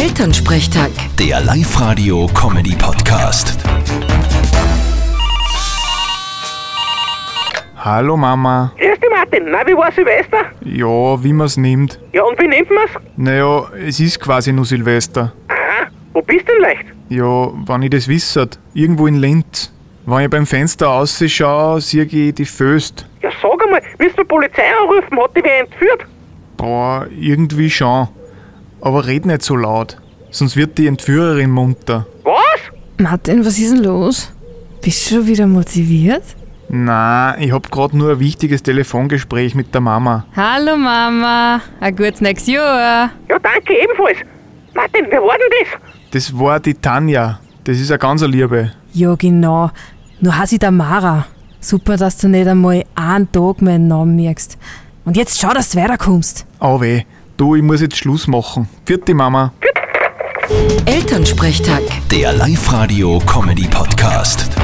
Elternsprechtag. Der Live-Radio-Comedy-Podcast. Hallo Mama. Grüß dich, Martin. Na, wie war Silvester? Ja, wie man's nimmt. Ja, und wie nennt man's? Naja, es ist quasi nur Silvester. Aha, wo bist denn leicht? Ja, wenn ich das wisset, irgendwo in Linz. Wenn ich beim Fenster rausschaue, sehe ich die Föst. Ja, sag einmal, willst du die Polizei anrufen? Hat dich wer entführt? Boah, irgendwie schon. Aber red nicht so laut, sonst wird die Entführerin munter. Was? Martin, was ist denn los? Bist du schon wieder motiviert? Na, ich hab grad nur ein wichtiges Telefongespräch mit der Mama. Hallo Mama, ein gutes nächstes Jahr. Ja, danke ebenfalls. Martin, wer war denn das? Das war die Tanja. Das ist eine ganz eine Liebe. Ja genau, nur hast ich da Mara. Super, dass du nicht einmal einen Tag meinen Namen merkst. Und jetzt schau, dass du weiterkommst. Oh weh, du, ich muss jetzt Schluss machen. Vierte Mama. Elternsprechtag. Der Live-Radio-Comedy-Podcast.